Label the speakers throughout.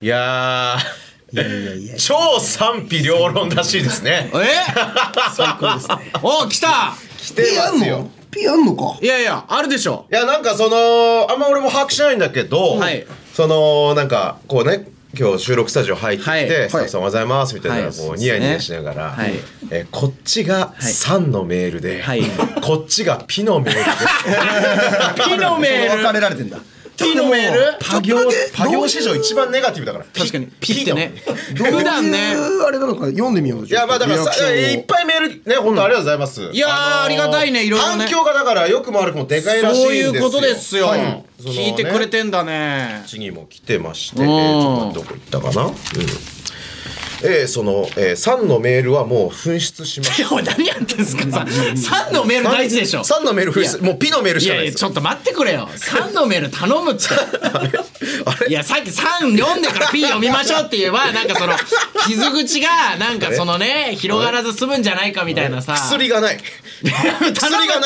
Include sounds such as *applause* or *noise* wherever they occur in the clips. Speaker 1: いや
Speaker 2: いやいやいや
Speaker 1: ー、超賛否両論らしいです
Speaker 3: *laughs*
Speaker 1: ね。
Speaker 2: え最高ですねお来た
Speaker 1: 来てますよ。
Speaker 2: ピあんのか
Speaker 3: いやいや、あるでしょ。
Speaker 1: いや、なんかその、あんま俺も把握しないんだけど、
Speaker 3: はい
Speaker 1: その、なんか、こうね、今日収録スタジオ入ってきて、
Speaker 3: はいはい
Speaker 1: スタッフさんおはようございますみたいな、
Speaker 3: はい
Speaker 1: こ
Speaker 3: そう
Speaker 1: う
Speaker 3: ですね
Speaker 1: ニヤニヤしながら、
Speaker 3: はい
Speaker 1: えーこっちが3のメールで、
Speaker 3: はい
Speaker 1: こっちがピのメールで、
Speaker 3: ピのメー
Speaker 2: 分か
Speaker 3: ル。
Speaker 2: れられてんだ
Speaker 3: *laughs* ピのメール。
Speaker 1: パ行パ行史上一番ネガティブだから。
Speaker 3: 確かに。ピってね。
Speaker 2: どう
Speaker 3: 普段ね。
Speaker 2: いうあれなのか読んでみようい
Speaker 1: いやまあだからさいやいっぱいメールね本当ありがとうございます、
Speaker 3: いやー
Speaker 1: の
Speaker 3: ありがたいねいろいろね
Speaker 1: 反響がだからよくも悪くもでかいらしいん
Speaker 3: そう
Speaker 1: です
Speaker 3: い
Speaker 1: よ
Speaker 3: うことですよ。
Speaker 1: はいそのね
Speaker 3: 聞いてくれてんだね。
Speaker 1: ちにも来てまして、え
Speaker 3: うん
Speaker 1: ーちょっとどこ行ったかな、うんえーその、えー、3のメールはもう紛失しまし *laughs*
Speaker 3: いや、おい *laughs* 何やってんすかさ。三のメール
Speaker 1: た
Speaker 3: 大事でしょ。
Speaker 1: 3のメール紛失もうピのメール
Speaker 3: い
Speaker 1: しかない
Speaker 3: やい
Speaker 1: です
Speaker 3: や、ち
Speaker 1: よ
Speaker 3: ょっと待ってくれよ。三のメール頼むって。いや、さっき三読んでからピ読みましょうって言えば、なんかその、傷口が、なんかそのね、広がらず済むんじゃないかみたいなさ。
Speaker 1: 薬がない
Speaker 3: *laughs*
Speaker 1: 薬
Speaker 3: 頼むって
Speaker 1: が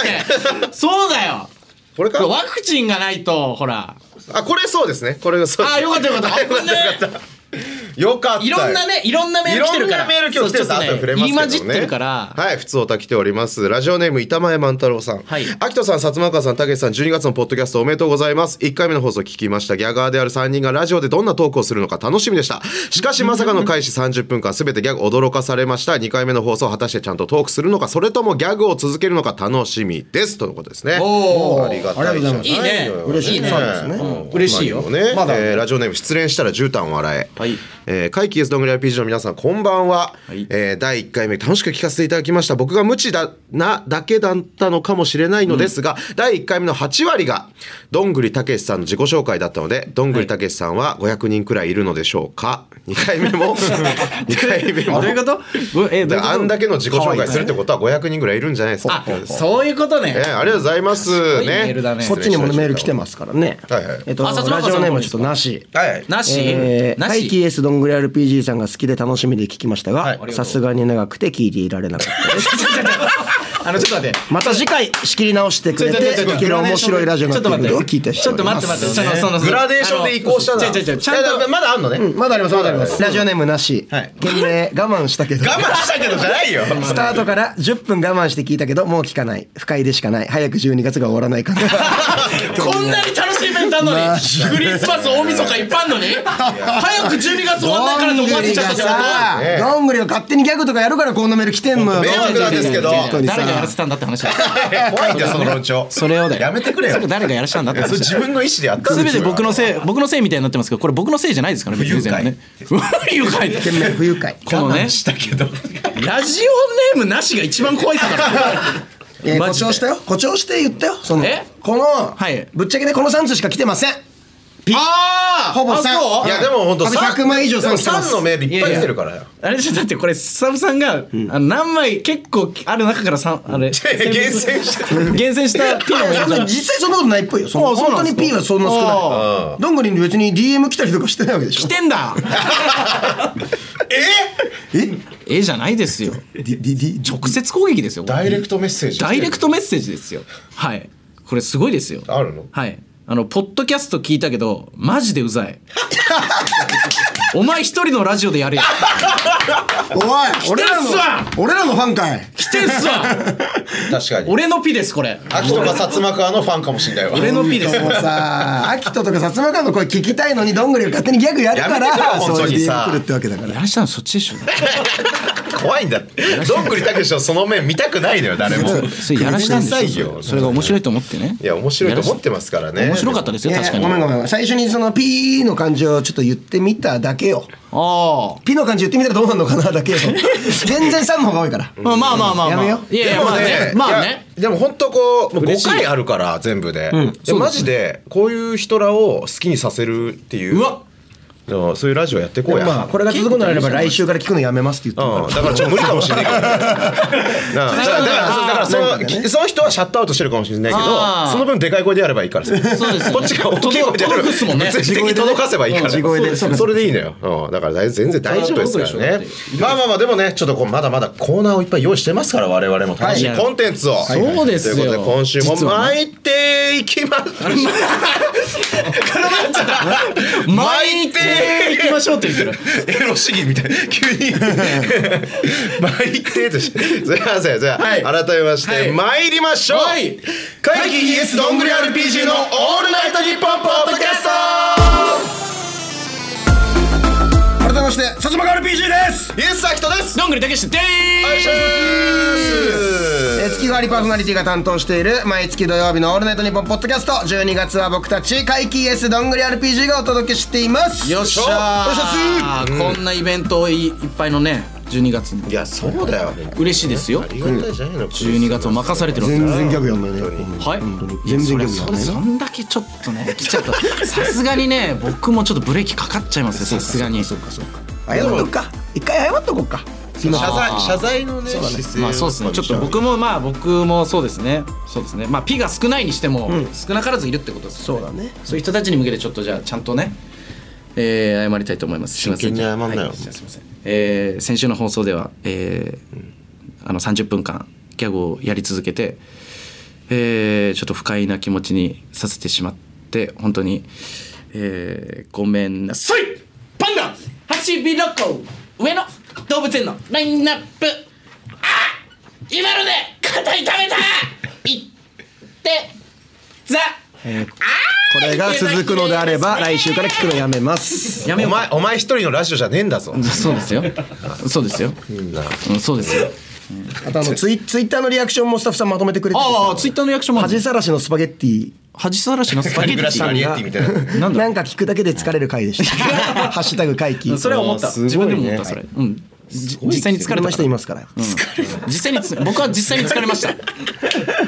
Speaker 1: ない
Speaker 3: そうだよ。
Speaker 1: これか
Speaker 3: ワクチンがないと、ほら。
Speaker 1: あこれそうですねこれがそうです
Speaker 3: あよかったよかっ
Speaker 1: *laughs*
Speaker 3: た
Speaker 1: あよかったよかったよかった
Speaker 3: いろんなね、いろんなメール来てるから。
Speaker 1: いろんなメール今日来てる
Speaker 3: そうちょっとね
Speaker 1: 後で触れますけどね
Speaker 3: 入り混じってるから。
Speaker 1: はい普通おた来ておりますラジオネーム板前万太郎さん
Speaker 3: はい
Speaker 1: 秋人さん薩摩川さんたけしさん12月のポッドキャストおめでとうございます1回目の放送聞きましたギャガーである3人がラジオでどんなトークをするのか楽しみでしたしかしまさかの開始30分間全てギャグ驚かされました2回目の放送果たしてちゃんとトークするのかそれともギャグを続けるのか楽しみですとのことですね
Speaker 3: おー
Speaker 1: ありがたいじゃない
Speaker 3: いいね
Speaker 2: 嬉しいねそうですね
Speaker 1: うん
Speaker 3: 嬉しい
Speaker 1: ま
Speaker 3: よ
Speaker 1: あでもね
Speaker 2: まだ
Speaker 1: えーラジオネーム失恋したら絨毯を洗え。
Speaker 3: はい
Speaker 1: えー、会期 S どんぐり RPG の皆さんこんばんは、
Speaker 3: はい
Speaker 1: えー第1回目楽しく聞かせていただきました僕が無知だなだけだったのかもしれないのですが、第1回目の8割がどんぐりたけしさんの自己紹介だったのでどんぐりたけしさんは500人くらいいるのでしょうか2回目
Speaker 3: *laughs*
Speaker 1: も2回目も
Speaker 3: とごえどういうこと
Speaker 1: あんだけの自己紹介するってことは500人ぐらいいるんじゃないですか
Speaker 3: あ、そういうことね
Speaker 1: え。ーありがとうございます
Speaker 3: いメールだね
Speaker 2: こっちにもメール来てますからね
Speaker 1: はいはい
Speaker 2: えっと
Speaker 3: あ薩摩川
Speaker 2: ラ
Speaker 3: さん
Speaker 2: ジオネー
Speaker 3: の方
Speaker 2: ム
Speaker 3: で
Speaker 2: ちょ
Speaker 3: すか
Speaker 2: っとなし
Speaker 1: はいはい
Speaker 3: なし、
Speaker 2: えー
Speaker 3: な
Speaker 2: ハイ
Speaker 3: し。
Speaker 2: キー S どんぐり RPG さんが好きで楽しみで聞きました
Speaker 1: は
Speaker 2: が
Speaker 1: い
Speaker 2: さすがに長くて聞いていられなかったです
Speaker 3: あの、ちょっと待って。
Speaker 2: また次回仕切り直してくれ
Speaker 3: ちょち
Speaker 2: て
Speaker 3: ょちょ
Speaker 2: いける面白いラジオになっていることを聞いて
Speaker 3: ちょっと待って待って。そのそのその
Speaker 1: グラデーションで移行したんだ
Speaker 3: あの違う違う違うちゃん
Speaker 1: いやだ
Speaker 3: と
Speaker 1: まだあんのね、
Speaker 2: まだありますまだありますラジオネームなし
Speaker 1: はい
Speaker 2: 懸命我慢したけど
Speaker 1: 我慢したけどじゃないよ
Speaker 2: スタートから10分我慢して聞いたけどもう聞かない不快でしかない早く12月が終わらな
Speaker 3: *laughs*
Speaker 2: いかな
Speaker 3: こんなに楽しいイベントあんのに、クリスマス大晦日いっぱいあんのに、早く12月終わんないからと思わせちゃったってこ
Speaker 1: あね
Speaker 2: どんぐりが勝手にギャグとかやるからこんなメール来てんのよ
Speaker 1: 迷惑なんですけど
Speaker 2: 本当
Speaker 3: と
Speaker 2: に
Speaker 3: 誰がやら
Speaker 2: さ
Speaker 3: せたんだって話だ。
Speaker 1: *laughs* 怖いんだよその論調
Speaker 3: それをだよ。
Speaker 1: やめてくれよ
Speaker 3: そ誰がやらしたんだって
Speaker 1: いや *laughs* それ自
Speaker 3: 話だよ。
Speaker 1: 分の意思でやったん
Speaker 3: す
Speaker 1: で
Speaker 3: べ
Speaker 1: す
Speaker 3: て
Speaker 1: よ
Speaker 3: 僕のせい、僕のせいみたいになってますけど、これ僕のせいじゃないですからね、別に全部ね。不愉快。
Speaker 2: 懸命不愉快
Speaker 3: このね、
Speaker 1: したけど
Speaker 3: ラジオネームなしが一番怖いですから。
Speaker 2: いや
Speaker 3: マ
Speaker 2: 誇
Speaker 3: ジで
Speaker 2: 張したよ誇張して言ったよその
Speaker 3: え
Speaker 2: この、
Speaker 3: い
Speaker 2: ぶっちゃけねこの3通しか来てません
Speaker 3: あ
Speaker 2: ほぼ3
Speaker 1: いやでも本当
Speaker 2: あと100枚以上
Speaker 1: で
Speaker 2: さ
Speaker 1: も
Speaker 2: ん来てます
Speaker 1: 3のメールいっぱい来てるからよ
Speaker 3: *laughs* あれじゃだってこれスタッフさんが、あの何枚結構ある中から三あれ
Speaker 1: 厳選 *laughs* して
Speaker 3: 厳選したピノをや
Speaker 2: あ
Speaker 3: った
Speaker 2: の
Speaker 3: の
Speaker 2: 実際そんなことないっぽいよその
Speaker 3: あそう
Speaker 2: 本
Speaker 3: な
Speaker 2: 当
Speaker 3: んです
Speaker 2: に
Speaker 3: か
Speaker 2: P はそんな少ないどんぐりに別に DM 来たりとかしてないわけでし
Speaker 3: *laughs* 来
Speaker 2: ょ
Speaker 3: てん *laughs* だ
Speaker 2: え
Speaker 3: えじゃないですよ直接攻撃ですよ
Speaker 1: ダイレクトメッセージ
Speaker 3: ダイレクトメッセージですよはいこれすごいですよ
Speaker 1: あるの
Speaker 3: はいあのポッドキャスト聞いたけどマジでうざい *laughs* お前一人のラジオでやれよ
Speaker 2: おい俺らの
Speaker 3: 来てっすわ
Speaker 2: 俺らのファンかい
Speaker 3: 来てんすわ
Speaker 1: 確かに
Speaker 3: 俺のピですこれ
Speaker 1: 秋とか薩摩川のファンかもしんないわ
Speaker 3: 俺のピです
Speaker 2: もうさあ、アキトとか薩摩川の声聞きたいのに、どんぐりが勝手にギャグやるか
Speaker 1: やめてくれよ
Speaker 2: ら、
Speaker 1: 本当
Speaker 2: そう
Speaker 1: に
Speaker 2: いう
Speaker 1: さ
Speaker 2: DM 来るってわけだから。
Speaker 3: やらしたのそっちでしょ
Speaker 1: 怖いんだってどんぐりたけしのその面見たくないのよ誰も
Speaker 3: それやらしたん
Speaker 1: 苦しみ
Speaker 3: で
Speaker 1: なさい
Speaker 3: す
Speaker 1: よ
Speaker 3: よそれが面白いと思ってね
Speaker 1: いや面白いと思ってますからね
Speaker 3: 面白かったです
Speaker 2: い
Speaker 3: よ
Speaker 2: や
Speaker 3: 確かに
Speaker 2: ごめん
Speaker 3: あ
Speaker 2: ごめん。最初にそのピーの感じをちょっと言ってみただけよ。
Speaker 3: あ
Speaker 2: ピの感じ言ってみたらどうなのか
Speaker 3: *laughs*
Speaker 2: なだけよ。全然3の方が多いから。
Speaker 3: まあまあまあまあ
Speaker 2: やめよ
Speaker 3: いやい
Speaker 1: で
Speaker 3: や
Speaker 1: も
Speaker 3: まあね
Speaker 1: ね
Speaker 3: まあ
Speaker 1: いや
Speaker 3: ね
Speaker 1: でも本当こうもう
Speaker 3: 嬉し
Speaker 1: 5
Speaker 3: い
Speaker 1: 回あるから全部で,で、
Speaker 3: そうですね
Speaker 1: マジでこういう人らを好きにさせるっていう
Speaker 3: うわ
Speaker 1: でもそういうラジオやってこうや、
Speaker 2: まあ、これが続くのであれば、来週から聞くのやめますって言ってる
Speaker 1: うん、だからちょっと無理かもしれないけど
Speaker 3: *laughs*
Speaker 1: なあだからだからだからそのきその人はシャットアウトしてるかもしれないけど
Speaker 3: あー
Speaker 1: その分でかい声でやればいいからそう
Speaker 3: そうですよね
Speaker 1: こっちが大きい声でやれば
Speaker 3: 届くっすもんね
Speaker 1: 物理的に届かせばいいから
Speaker 2: 地声で
Speaker 1: そうそれでいいのよ、うん、だから大全然大丈夫ですからねまあまあまあでもねちょっとこうまだまだコーナーをいっぱい用意してますから我々も楽しい
Speaker 3: はい
Speaker 1: コンテンツを
Speaker 3: そうですよ
Speaker 1: ということで今週も
Speaker 3: 実は
Speaker 1: 巻 *laughs*
Speaker 3: *laughs*
Speaker 1: いていきます
Speaker 3: 巻いてえー、行きましょうって言ってる。
Speaker 1: エロ主義みたいな急に *laughs* 参ってとしてすいませんじゃあ、
Speaker 3: はい
Speaker 1: 改めまして、
Speaker 3: はい
Speaker 1: 参りましょう、
Speaker 3: はい
Speaker 1: 会議 ES どんぐり RPG のオールナイトニッポンポッドキャスト
Speaker 2: 改めまして、さつまが RPG です
Speaker 1: イエスアキトです
Speaker 3: どんぐりたけしで
Speaker 1: お願いしま
Speaker 3: ー
Speaker 2: えー
Speaker 1: す
Speaker 2: 月替わりパーソナリティが担当している毎月土曜日の「オールナイトニッポン」ポッドキャスト12月は僕たち怪奇 ES どんぐり RPG がお届けしています
Speaker 3: すよっし
Speaker 2: よっしゃ
Speaker 3: ゃーこんなイベントいいっぱいのね12月に
Speaker 1: いやそうだよ
Speaker 3: 嬉しいですよ
Speaker 1: ありがたいじゃないの
Speaker 3: 12月を任されてるわけ
Speaker 2: 全然ギャグやんないね
Speaker 3: はい
Speaker 2: 全然ギャグや
Speaker 3: そ
Speaker 2: ん
Speaker 3: れ
Speaker 2: ないね
Speaker 3: そんだけちょっとね来ちゃ
Speaker 2: *laughs*
Speaker 3: ったさすがにね僕もちょっとブレーキかかっちゃいますよさすがに
Speaker 2: 謝っとくか一回謝っとこうかすいませ
Speaker 1: 謝
Speaker 2: ん
Speaker 1: 罪謝罪のね姿勢を
Speaker 3: まあそうですねちょっと僕もまあ僕もそうですねそうですねまあ P が少ないにしても少なからずいるってことですよ
Speaker 2: そうだね
Speaker 3: そういう人たちに向けてちょっとじゃあちゃんとね、えー謝りたいと思います。すいません
Speaker 1: 真剣に謝んなよ
Speaker 3: はいじゃあすいません。えー先週の放送では、えーあの30分間ギャグをやり続けて、えーちょっと不快な気持ちにさせてしまって本当に、えーごめんなさい。パンダハシビロコ上野動物園のラインナップあ今ので肩痛めたいってザ
Speaker 2: これが続くのであれば来週から聞くのやめます
Speaker 3: や
Speaker 1: お前お前一人のラジオじゃねえんだぞ
Speaker 3: そうですよ。そうですよ。
Speaker 1: みんな
Speaker 3: うん、そうですよ。
Speaker 2: あとあのツイツイッターのリアクションもスタッフさんまとめてくれてて
Speaker 3: ああ、ツイッターのリアクションもある
Speaker 2: 恥さらしのスパゲッティ
Speaker 3: 恥さらしのスパゲ
Speaker 1: リ
Speaker 3: ッ
Speaker 1: グ
Speaker 3: テ
Speaker 1: ラシャンリ
Speaker 3: ィ。
Speaker 1: エッティみたいな
Speaker 3: なんだ
Speaker 2: なんか聞くだけで疲れる回で
Speaker 3: *laughs*
Speaker 2: したハッシュタグ回帰
Speaker 3: それは思った。
Speaker 1: あーすごいね
Speaker 3: 自分でも思った、それ。うん。じ実際に疲れた
Speaker 2: ま
Speaker 3: か
Speaker 2: した
Speaker 3: ら。
Speaker 2: いますから
Speaker 3: うん実際につ、僕は実際に疲れました。は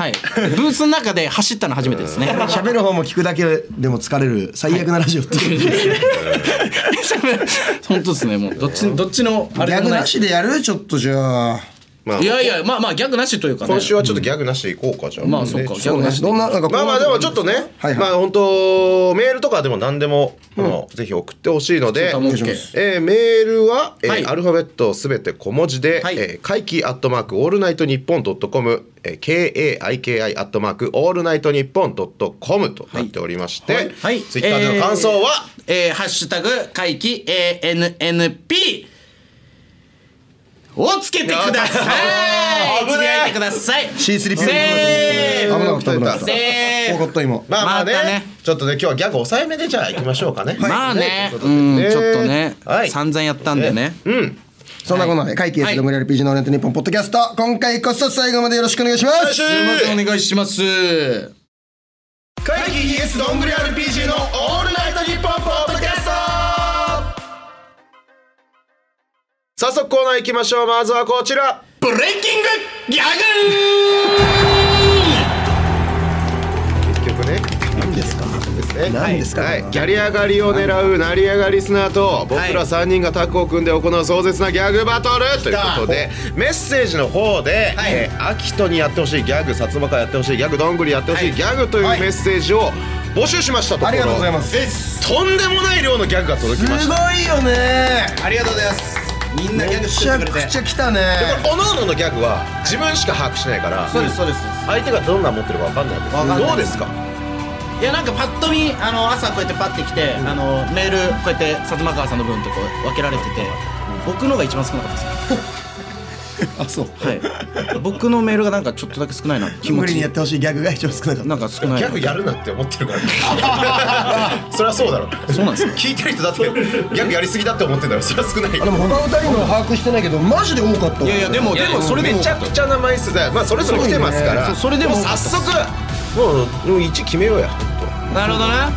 Speaker 3: い。ブースの中で走ったの初めてですね。
Speaker 2: 喋る方も聞くだけでも疲れる最悪なラジオっていう
Speaker 3: 本当ですね。もうどっちどっちの *laughs* あれで
Speaker 2: 逆
Speaker 3: もない
Speaker 2: な。しでやるちょっとじゃあ
Speaker 1: まあ
Speaker 3: いやいや、まあまあ逆なしというかね。
Speaker 1: 今週はちょっとギャグなしでいこうかじゃあ
Speaker 3: まあそうか。逆なしで
Speaker 2: どんななんか
Speaker 1: まあまあでもちょっとね、
Speaker 2: はいはい
Speaker 1: まあ本当メールとかでも何でも、あのぜひ送ってほしいので、
Speaker 3: 送っても OK
Speaker 1: えーメールは、えー
Speaker 3: はい
Speaker 1: アルファベットすべて小文字で、
Speaker 3: はい
Speaker 1: えー会期アットマークオールナイトニッポンドットコム、えー KAIKI アットマークオールナイトニッポンドットコムとなっておりまして、
Speaker 3: はい。
Speaker 1: ツイッターでの感想は、
Speaker 3: えー、えーハッシュタグ、回帰 ANNP をつけてください。
Speaker 1: あー危
Speaker 3: つ
Speaker 1: ね
Speaker 3: ぶ
Speaker 1: え
Speaker 3: やいてください。
Speaker 2: シースリップ
Speaker 3: せーの
Speaker 2: 危なかった危なかった
Speaker 3: せーの
Speaker 2: 分かった今
Speaker 1: まあまあね,、
Speaker 3: またね
Speaker 1: ちょっとね今日はギャグ抑えめでじゃあ行きましょうかね。
Speaker 3: まあね、
Speaker 1: ということで
Speaker 3: ん、ちょっとね、
Speaker 1: はい
Speaker 3: 散々やったんでね。
Speaker 1: うん。
Speaker 2: そんなこんなで会計
Speaker 3: はい
Speaker 2: するぐらい RPG のオールナイトニッポンポッドキャスト今回こそ最後までよろしくお願いします
Speaker 3: すいません、お願いします。
Speaker 1: 会議 ES どんぐり RPG のオールナイトニッポンポッドキャスト早速コーナー行きましょうまずはこちら
Speaker 3: ブレイキングギャ
Speaker 1: 結局ね
Speaker 2: 何ですか
Speaker 1: ですね
Speaker 2: 何ですか
Speaker 1: はいはいギャリ上がりを狙う成り上がりリスナーと僕ら3人がタッグを組んで行う壮絶なギャグバトルということでメッセージの方で、えー秋人にやってほしいギャグ薩摩川やってほしいギャグどんぐりやってほしいギャグというメッセージを募集しましたところ
Speaker 2: ありがとうございます
Speaker 1: すとんでもない量のギャグが届き
Speaker 2: すご
Speaker 1: ました
Speaker 2: いよね
Speaker 4: ありがとうございますみんなギャ
Speaker 2: め
Speaker 4: グ
Speaker 2: ち
Speaker 4: 作
Speaker 2: ゃ
Speaker 4: ってく
Speaker 2: く
Speaker 4: れて
Speaker 2: ちゃ来たね
Speaker 1: おのおののギャグは自分しか把握しないから
Speaker 4: そうですそうです
Speaker 1: 相手がどんなの持ってるか分かんないです
Speaker 4: わかんない
Speaker 1: どうですか
Speaker 3: グいや、なんかパッと見、あの、朝こうやってパッて来て、あの、メール、こうやって、薩摩川さんの分とこう分けられてて、僕のが一番少なかったです。 *laughs*
Speaker 2: あそう
Speaker 3: はい、僕のメールがなんかちょっとだけ少ないな気
Speaker 2: 無
Speaker 3: 持
Speaker 2: 理に
Speaker 3: ち
Speaker 2: やってほしいギャグが一応少なかっ
Speaker 3: なんか少ない
Speaker 1: ギ
Speaker 3: な
Speaker 1: ャグやるなって思ってるからそりゃそうだろ
Speaker 3: そうなんですか
Speaker 1: 聞いてる人だってギャグやりすぎだって思ってたらそりゃ少ない
Speaker 2: たでも他の2人の把握してないけどマジで多かったわ
Speaker 3: いやいやでもでもそれで
Speaker 1: めちゃくちゃな枚数だよまあそれぞれ来てますから
Speaker 3: そうそれでも
Speaker 1: う早速もうもう一決めようや本
Speaker 3: なるほどな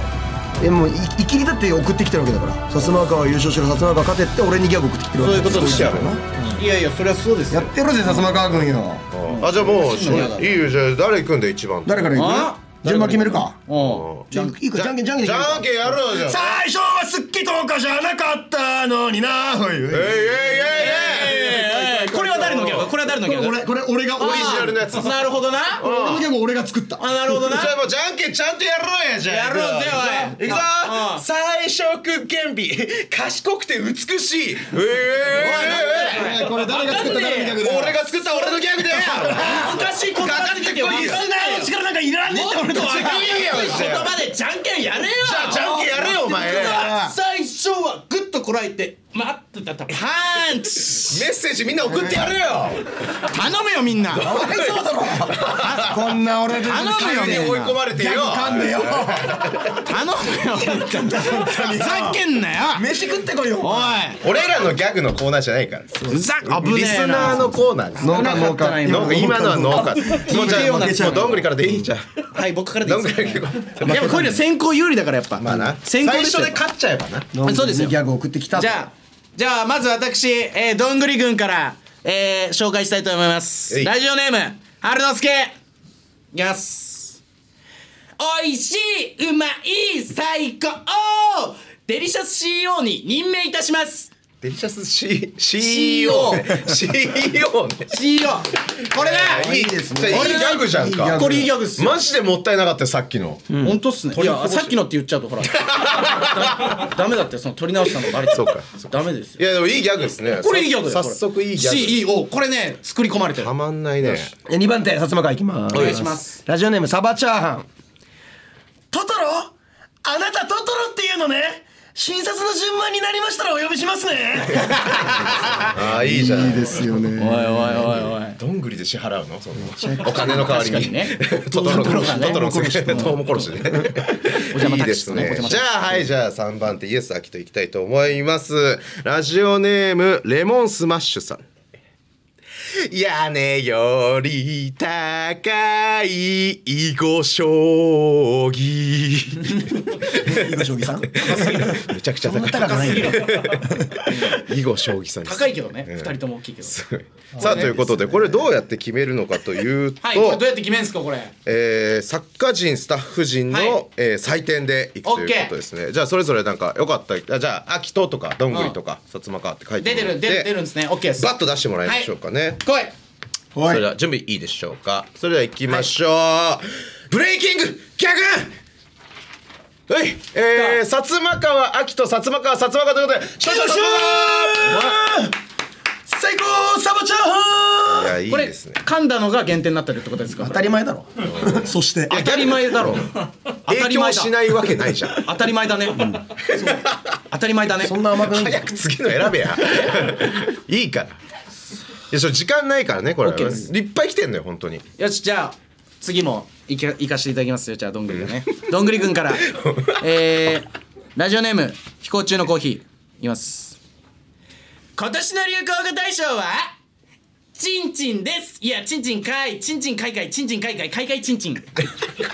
Speaker 2: えもういいきりだって送ってきてるわけだから薩摩川優勝しろ薩摩川勝てって俺にギャグ送ってきてるわけ
Speaker 1: そういうことですよ
Speaker 4: いやいやそれはそうです
Speaker 2: や
Speaker 4: よ
Speaker 2: ってるぜ薩摩川軍よ
Speaker 1: 当あじゃあもういいよじゃあ誰行くんで一番
Speaker 2: 誰から行
Speaker 3: あ
Speaker 2: く順番決めるか
Speaker 3: お
Speaker 2: じゃあいいかじゃんけんじゃんけん
Speaker 1: じ
Speaker 2: で決めるか
Speaker 1: ゃんけんやろうじゃん
Speaker 2: 最初は好きとかじゃなかったのになほいほい
Speaker 1: えいえいえいえい
Speaker 3: これは誰のギャグこれは誰のギャグ
Speaker 2: これこれ俺が
Speaker 1: オリジナルのやつ
Speaker 3: なるほどな
Speaker 2: 俺のギャグ俺が作った
Speaker 3: あなるほどな
Speaker 1: じゃあもうじゃんけんちゃんとやろうやじゃあ
Speaker 3: やろうぜおい
Speaker 1: いくぞ
Speaker 3: うん
Speaker 1: 最色顕微賢くて美しいええ
Speaker 2: えーこれ誰が作った誰のギャグだよ
Speaker 1: 俺が作った俺のギャグだよ
Speaker 3: 難しいこと
Speaker 1: かかってこい
Speaker 3: 言わないよ
Speaker 1: リス
Speaker 2: の力なんかいらねえって
Speaker 3: もっとわかりやすい
Speaker 1: じゃ
Speaker 3: 言葉でじゃんけんやれよ
Speaker 1: じゃんけんやれよお前
Speaker 3: 最初はこらえて待ってたた
Speaker 5: パ
Speaker 1: メ
Speaker 5: ンチ
Speaker 1: ッセージみんな送ってやれよ
Speaker 5: 頼むよみん
Speaker 3: *laughs*
Speaker 5: な
Speaker 2: そうだろこんな俺で
Speaker 5: 頼むよ
Speaker 1: 急に追い込まれてるよ
Speaker 2: かんでよ
Speaker 5: 頼むよ *laughs* ふざけんなよ
Speaker 2: 飯食ってこいよ
Speaker 5: おい
Speaker 1: 俺らのギャグのコーナーじゃないから
Speaker 5: ふざ危ね
Speaker 1: リ
Speaker 5: え
Speaker 1: スナー
Speaker 5: な
Speaker 1: のコーナーです
Speaker 2: 農家農家
Speaker 1: なんか今のは農家もうじゃあも
Speaker 2: 聞いてよ
Speaker 1: うどんぐりからでいいじゃん
Speaker 3: はい僕からでい
Speaker 1: ど
Speaker 3: い
Speaker 1: んぐ
Speaker 3: で
Speaker 1: り
Speaker 3: すか
Speaker 1: から結構
Speaker 5: やっぱこういうの先行有利だからやっぱ
Speaker 1: まあな最
Speaker 5: 先行です
Speaker 1: 初
Speaker 5: よ
Speaker 1: で勝っちゃえばな
Speaker 5: そうですよ
Speaker 2: ギャグ送ってきた
Speaker 5: じゃあじゃあまず私、えー、どんぐり軍から、えー、紹介したいと思います
Speaker 1: えい
Speaker 5: ラジオネーム春之助いきますおいしいうまい最高デリシャス CEO に任命いたします
Speaker 1: デリシャス C CEO CEO ね
Speaker 5: CEO これだ
Speaker 1: いいですねいいギャグじゃんか
Speaker 5: これいいギャグっすよ
Speaker 1: マジでもったいなかったよさっきの
Speaker 3: 本当っすねいやさっきのって言っちゃうとほ *laughs* らだダメだってその取り直したのバレちゃ
Speaker 1: そうか
Speaker 3: ダメですよ
Speaker 1: いやでもいいギャグですね
Speaker 3: これいいギャグだよ
Speaker 1: 早速いいギャグ
Speaker 3: CEO これね作り込まれてる
Speaker 1: たまんないね
Speaker 2: え二番手薩摩川いきますお
Speaker 3: 願いします
Speaker 2: ラジオネームサバチャーハントトロあなたトトロっていうのね診察の順番になりましたらお呼びしますね
Speaker 1: ああいいじゃない
Speaker 2: ですよね
Speaker 3: おいおいおいおい
Speaker 1: どんぐりで支払うのそのお金の代わり
Speaker 3: 確かにね
Speaker 1: に *laughs* トトロのトトロのトウモコロシね
Speaker 3: 邪魔
Speaker 1: いい
Speaker 3: タク
Speaker 1: で
Speaker 3: シー
Speaker 1: す
Speaker 3: とねお
Speaker 1: ね
Speaker 3: 邪魔タクシー
Speaker 1: じゃあはいじゃあ3番手イエスアキといきたいと思いますラジオネームレモンスマッシュさん屋根より高い囲碁将
Speaker 3: *laughs*
Speaker 1: 棋
Speaker 2: 囲碁将棋さん
Speaker 1: めちゃくちゃ高い
Speaker 2: 高すぎる
Speaker 1: *laughs* 囲碁将棋さんです
Speaker 3: 高いけどね
Speaker 1: うん
Speaker 3: 二人とも大きいけど
Speaker 1: すごい *laughs* さあということでこれどうやって決めるのかというと、
Speaker 3: *laughs* はいこれどうやって決めんすかこれ
Speaker 1: えー作家陣スタッフ陣の、
Speaker 3: はい
Speaker 1: えー採点でいくということですねじゃあそれぞれなんかよかったらじゃあ「秋と」とか「どんぐり」とか「薩摩川」って書いて
Speaker 3: 出て
Speaker 1: もらっ
Speaker 3: る出る出るんですね OK です
Speaker 1: バッと出してもらいましょうかね、
Speaker 3: 来い
Speaker 1: それでは準備いいでしょうかそれでは行きましょう、ブレイキングギャグはい、えー、薩摩川秋と薩摩川薩摩川ということでしょしょし
Speaker 2: 最高サバチャーハ
Speaker 1: ょいやいい
Speaker 3: これ
Speaker 1: ですね
Speaker 3: 噛んだのが減点になってるってことですか
Speaker 2: ン
Speaker 3: これ
Speaker 2: 当たり前だろ *laughs* そして
Speaker 3: 当たり前 *laughs* だろ当た
Speaker 1: 影
Speaker 3: り前
Speaker 1: 響
Speaker 3: だ
Speaker 1: しないわけないじゃん
Speaker 3: 当たり前だね当たり前だね
Speaker 2: そんな甘くない
Speaker 1: 早く次の選べ
Speaker 3: *laughs*
Speaker 1: やいいからいやそれ時間ないからねこれ、
Speaker 3: OK です
Speaker 1: いっぱい来てんのよ本当に
Speaker 3: よしじゃあ次もいけ行かしていただきますよじゃあどんぐりがねどんぐりく
Speaker 1: *laughs*
Speaker 3: んからえー、ラジオネーム飛行中のコーヒーいきます今年の流行語大賞はチンチンですいやチンチンかいチンチンかいかいチンチンかいかいかいかいチンチン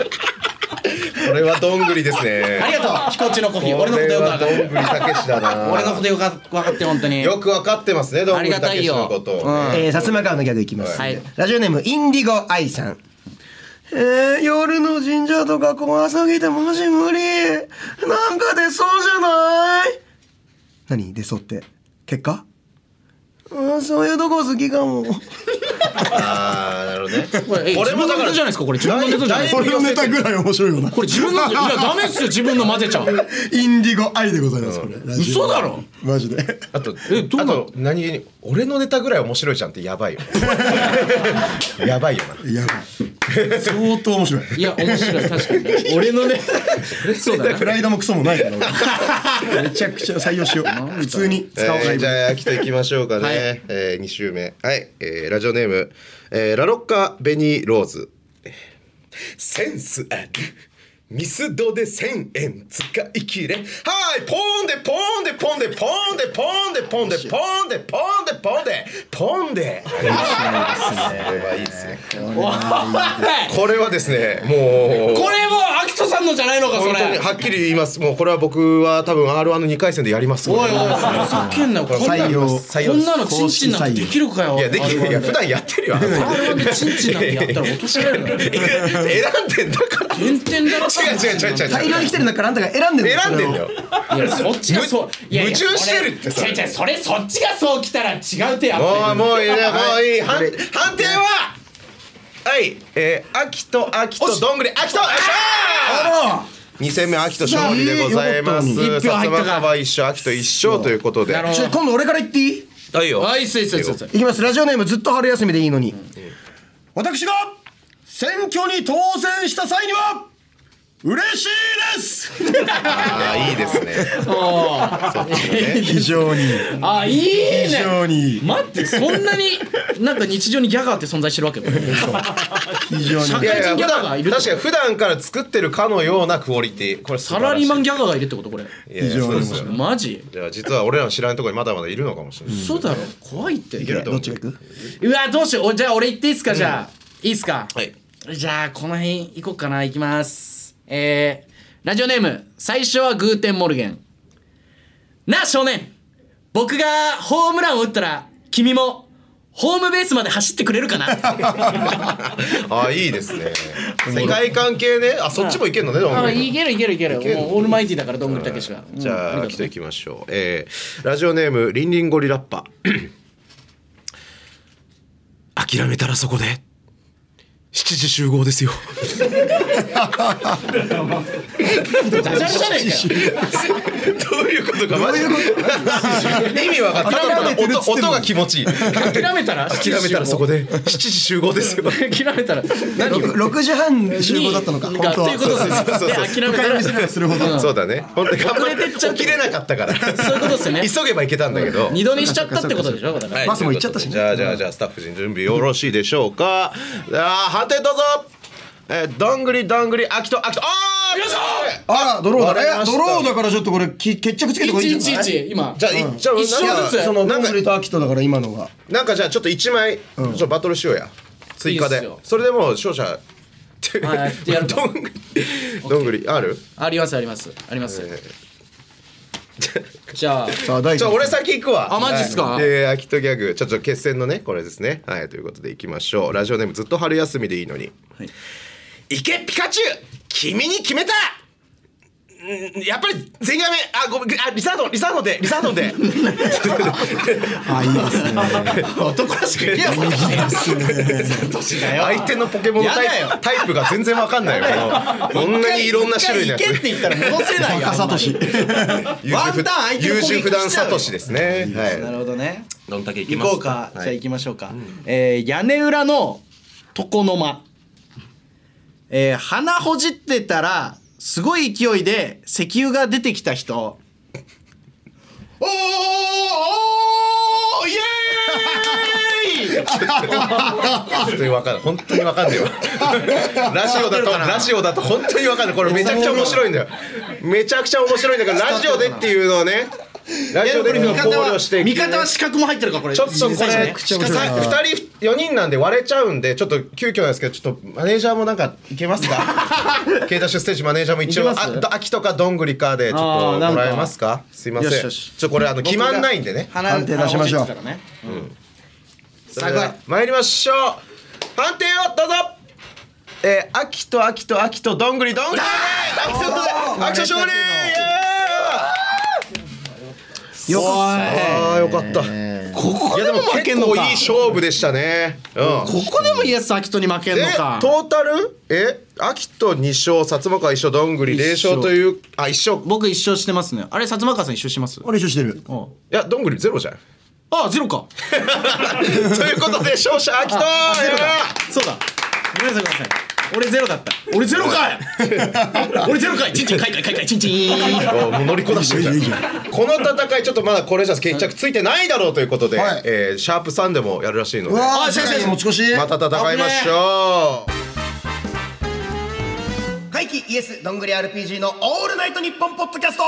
Speaker 1: これはどんぐりですね
Speaker 3: あり
Speaker 1: *laughs*
Speaker 3: がとう飛行中のコーヒ *laughs* ー俺の
Speaker 1: こ
Speaker 3: こと
Speaker 1: れ
Speaker 3: よ
Speaker 1: は
Speaker 3: くわか
Speaker 1: どん
Speaker 3: る
Speaker 1: ぐりたけしだな
Speaker 3: 俺のことよくわかって本当に
Speaker 1: よくわかってますねどんぐりたけしのことをね
Speaker 3: ありがたいよ
Speaker 2: えー、薩摩川のギャグいきます、
Speaker 3: はい
Speaker 2: ラジオネームインディゴアイさんえー、夜の神社とか怖すぎてマジ無理なんか出そうじゃない何出そうって結果うんそういうとこ好きかも
Speaker 1: ああなるほどね
Speaker 3: これえ
Speaker 1: 俺もだから
Speaker 3: 自分のネタじゃないですかこれ自分のネタじゃないですか
Speaker 1: だいぶ寄せてる
Speaker 2: らい面白いよな
Speaker 3: これ自分のいやダメっすよ自分の混ぜちゃう
Speaker 2: インディゴアイでございますこれ
Speaker 3: 嘘だろ
Speaker 2: マジで
Speaker 1: あと
Speaker 3: えどうな
Speaker 1: あ
Speaker 3: の
Speaker 1: と何気に俺のネタぐらい面白いじゃんってやばいよ
Speaker 3: *laughs*
Speaker 1: やばいよな
Speaker 2: やばい相当面白い
Speaker 3: いや面白い確か
Speaker 1: *laughs*
Speaker 3: に俺のねそうだな
Speaker 2: プライドもクソもないから俺めちゃくちゃ採用しよう普通に使おう
Speaker 1: えーじ
Speaker 2: 外部
Speaker 1: ゃあ秋といきましょうかね、
Speaker 3: はい
Speaker 1: えー、2週目はい、えー、ラジオネーム、えー、ラロッカ・ベニー・ローズセンスあるミスドで1000円使い切れはいポンでポンでポンでポンでポンでポンでポンでポンでポンでポンでこれはいいですね
Speaker 3: おい
Speaker 1: これはですねもう
Speaker 3: これもうアキトさんのじゃないのかそ
Speaker 1: 本
Speaker 3: れ
Speaker 1: 当にはっきり言いますもうこれは僕は多分 r 1の2回戦でやります
Speaker 3: おいおいふざけんなよこんな
Speaker 2: 採用
Speaker 3: こんなのチンチンなんてできるかよ
Speaker 1: いやできるいや普段やってるよあなた
Speaker 3: あれでチンチンなんてやったら落としれるのよ
Speaker 1: いや選んでんだから
Speaker 3: 減点だろ
Speaker 1: 違う違う違う違う
Speaker 2: 大量に来てる中からあんたが選んでる
Speaker 1: 選んでんだよ
Speaker 3: いやそっちがそういやいや
Speaker 1: 矛盾してるってそ
Speaker 3: そ
Speaker 1: れ
Speaker 3: れ違う違うそれそっちがそう来たら違う手やって
Speaker 1: もうもういいねもういい判
Speaker 2: はい
Speaker 1: 判定ははいえー秋と秋とどんぐり秋とよっしゃー2戦目秋と勝利でございます
Speaker 2: いい
Speaker 1: 薩
Speaker 3: よかったのに一票入った
Speaker 1: 摩
Speaker 3: か
Speaker 1: 川一勝秋と一勝ということで
Speaker 3: なるほ
Speaker 2: ちょ今度俺から言っていい
Speaker 1: はいよ
Speaker 3: どはいそうそうそうそう
Speaker 2: いきますラジオネームずっと春休みでいいのに、私が選挙に当選した際には嬉しいです
Speaker 1: ああいいですね。そっちの
Speaker 3: *laughs*
Speaker 1: ね。
Speaker 2: 非常に
Speaker 3: あいいね
Speaker 2: 非常に
Speaker 3: 待ってそんなになんか日常にギャガーって存在してるわけ
Speaker 2: 非常
Speaker 3: 社
Speaker 1: い
Speaker 2: に
Speaker 1: やいや普
Speaker 3: 外人ギャガーがい
Speaker 1: 段
Speaker 3: る
Speaker 1: 確かに普段から作ってるかのようなクオリティこれ素
Speaker 3: サ
Speaker 1: 晴
Speaker 3: ラ
Speaker 1: らし
Speaker 3: リ
Speaker 1: い
Speaker 3: ーマンギャガーがいるってことこれ
Speaker 1: いやいや
Speaker 2: 非常に
Speaker 1: そうです
Speaker 2: 面白い
Speaker 1: よ
Speaker 3: マジ
Speaker 1: じゃあ実は俺らの知らないところにまだまだいるのかもしれない。
Speaker 3: そうだろ怖いって
Speaker 1: いけると
Speaker 2: ど
Speaker 1: 思
Speaker 2: っ
Speaker 1: う
Speaker 2: ちが行く
Speaker 3: うわどうしようおじゃあ俺行っていいっすかじゃあ、いいっすか
Speaker 1: はい
Speaker 3: じゃあこの辺行こうかな行きますえー、ラジオネーム最初はグーテンモルゲンなあ少年僕がホームランを打ったら君もホームベースまで走ってくれるかな
Speaker 1: ああいいです
Speaker 3: *laughs*
Speaker 1: ね。世界関係ね。あそっちもいけるのね。どんぐり
Speaker 3: あいけるいけるいける
Speaker 1: ける
Speaker 3: もうオールマイティだからどんぐりたけしは、
Speaker 1: じ
Speaker 3: うん
Speaker 1: ゃ
Speaker 3: り
Speaker 1: あ
Speaker 3: が
Speaker 1: 来
Speaker 3: とう
Speaker 1: ていきましょう。えーラジオネームリンリンゴリラッパ。 *coughs* 諦めたらそこで7時集合ですよ。*laughs*
Speaker 3: ダジャレじゃないかよ
Speaker 1: どういうことかマジで *laughs* 意味わかってな
Speaker 2: 諦めてるっつってんのに
Speaker 1: 音音が気持ちいい。
Speaker 3: 諦めたら
Speaker 1: *laughs* 諦めたらそこで7時集合ですよ。
Speaker 3: 諦めたら何を
Speaker 2: 6時半集合だったのか
Speaker 3: に
Speaker 2: 本当
Speaker 3: が
Speaker 2: は
Speaker 3: ということです
Speaker 1: そうそうそう
Speaker 3: ね諦めたら
Speaker 2: 見せればするほ
Speaker 1: *laughs*
Speaker 2: ど
Speaker 1: そうだね。本当に頑張
Speaker 3: 遅れてっちゃう
Speaker 1: 起きれなかった *laughs* から。
Speaker 3: そういうことですよね
Speaker 1: 急げばいけたんだけど。
Speaker 3: 二度にしちゃったってことでしょだから
Speaker 1: はい
Speaker 2: バスも行っちゃったしね
Speaker 1: じゃあじゃあじゃあスタッフ陣準備よろしいでしょうか。あ判定どうぞ。えー、どんぐりどんぐり秋と秋とあーよいしょ
Speaker 2: あらドローだ
Speaker 1: 笑
Speaker 2: ね
Speaker 1: いました
Speaker 2: ドローだからちょっとこれき決着つけてこいいんじゃない
Speaker 3: 111今
Speaker 1: じゃあ、いじゃあ
Speaker 3: 一
Speaker 1: なん
Speaker 3: 生
Speaker 1: か
Speaker 3: ずつ
Speaker 2: その
Speaker 1: なんか
Speaker 2: ゴングリとアキトだから今のが
Speaker 1: なんかじゃあちょっと一枚、ちょっとバトルしようや追加
Speaker 3: いい
Speaker 1: で
Speaker 3: っすよ
Speaker 1: それでもう勝者
Speaker 3: はいやってやるか
Speaker 1: *laughs* どんぐりどんぐりある
Speaker 3: ありますありますあります。じゃあ
Speaker 2: さあ第
Speaker 1: じ
Speaker 2: 一
Speaker 1: ゃあ俺先行くわ
Speaker 3: あマジっすか
Speaker 1: はいで秋とギャグちょっと決戦のねこれですねはいということでいきましょうラジオネームずっと春休みでいいのに
Speaker 3: はい
Speaker 1: いけピカチュウ君に決めたんやっぱり全員やめあごめんあリザードンリザードンでリザードン
Speaker 3: *laughs*
Speaker 1: で
Speaker 2: あいいですね
Speaker 1: 男らしくいけよ *laughs* 相手のポケモンのタイプタイプが全然わかんないよこのこんなにいろんな種類のやつ
Speaker 3: 一回行けって言ったら戻せないよ。
Speaker 2: 若さとし
Speaker 3: *laughs*
Speaker 1: 優柔不断優柔不断サトシですね
Speaker 3: な
Speaker 1: は
Speaker 3: るほどね。
Speaker 1: いどんだけい
Speaker 3: 行こうか。じゃあ行きましょうか。えー屋根裏の床の間。えー鼻ほじってたらすごい勢いで石油が出てきた人。おーおーイエーイ
Speaker 1: 本当にわかんない本当にわかんない *laughs* わラジオだとラジオだと本当にわかんないこれめちゃくちゃ面白いんだよめちゃくちゃ面白いんだからラジオでっていうのはねラジオでっていうのを考慮して
Speaker 3: 味方は資格も入ってるからこれ。
Speaker 1: ちょっとこ
Speaker 3: 実際
Speaker 1: れ
Speaker 3: ね
Speaker 1: 二人四人なんで割れちゃうんでちょっと急遽なんですけどちょっとマネージャーもなんかいけますかケイダッシュステージマネージャーも一応
Speaker 3: いけます
Speaker 1: あど秋とかどんぐりかでちょっ
Speaker 3: あー
Speaker 1: と
Speaker 3: なん
Speaker 1: も
Speaker 3: から
Speaker 1: えますかすいません
Speaker 3: よしよし
Speaker 1: ちょっとこれあの決まんないんでね
Speaker 3: 鼻
Speaker 2: 判定出しましょう
Speaker 3: 鼻ほじってたらね
Speaker 1: それでは参りましょう判定をどうぞえー、秋と秋と秋とどんぐりどんぐり秋とどんぐり秋と勝利
Speaker 2: よかっ
Speaker 1: ああーよかった
Speaker 3: ここ
Speaker 1: いやで
Speaker 3: でも
Speaker 1: も
Speaker 3: 負
Speaker 1: 結
Speaker 3: けんの
Speaker 1: 構いい
Speaker 3: か
Speaker 1: 勝負でしたねうん
Speaker 3: ここでもイエス・アキトに負けんの
Speaker 1: え
Speaker 3: か
Speaker 1: トータルえ秋と2勝薩摩川1勝どんぐり0勝というあ一1勝
Speaker 3: 僕一勝してますねあれ薩摩川さん一勝してます
Speaker 2: 俺一緒してる
Speaker 3: うん
Speaker 1: いやどんぐりゼロ
Speaker 3: *laughs*
Speaker 1: じゃん
Speaker 3: あゼロか
Speaker 1: ということで勝者秋と
Speaker 3: ゼロだそうだごめんなさいごめんなさい俺ゼロだった俺ゼロかい *laughs* 俺ゼロかいチンチンかいかいかいかいチンチン
Speaker 1: おもう乗りこなしてるじゃん
Speaker 2: いいじゃん
Speaker 1: この戦いちょっとまだこれじゃ決着ついてないだろうということで、
Speaker 2: はい
Speaker 1: えーシャープ3でもやるらしいので
Speaker 3: あ
Speaker 2: わあ
Speaker 3: 先
Speaker 2: 先
Speaker 3: 生
Speaker 2: 生持ち越し
Speaker 1: また戦いましょう
Speaker 2: 怪奇イエスどんぐり RPG のオールナイトニッポンポッドキャスト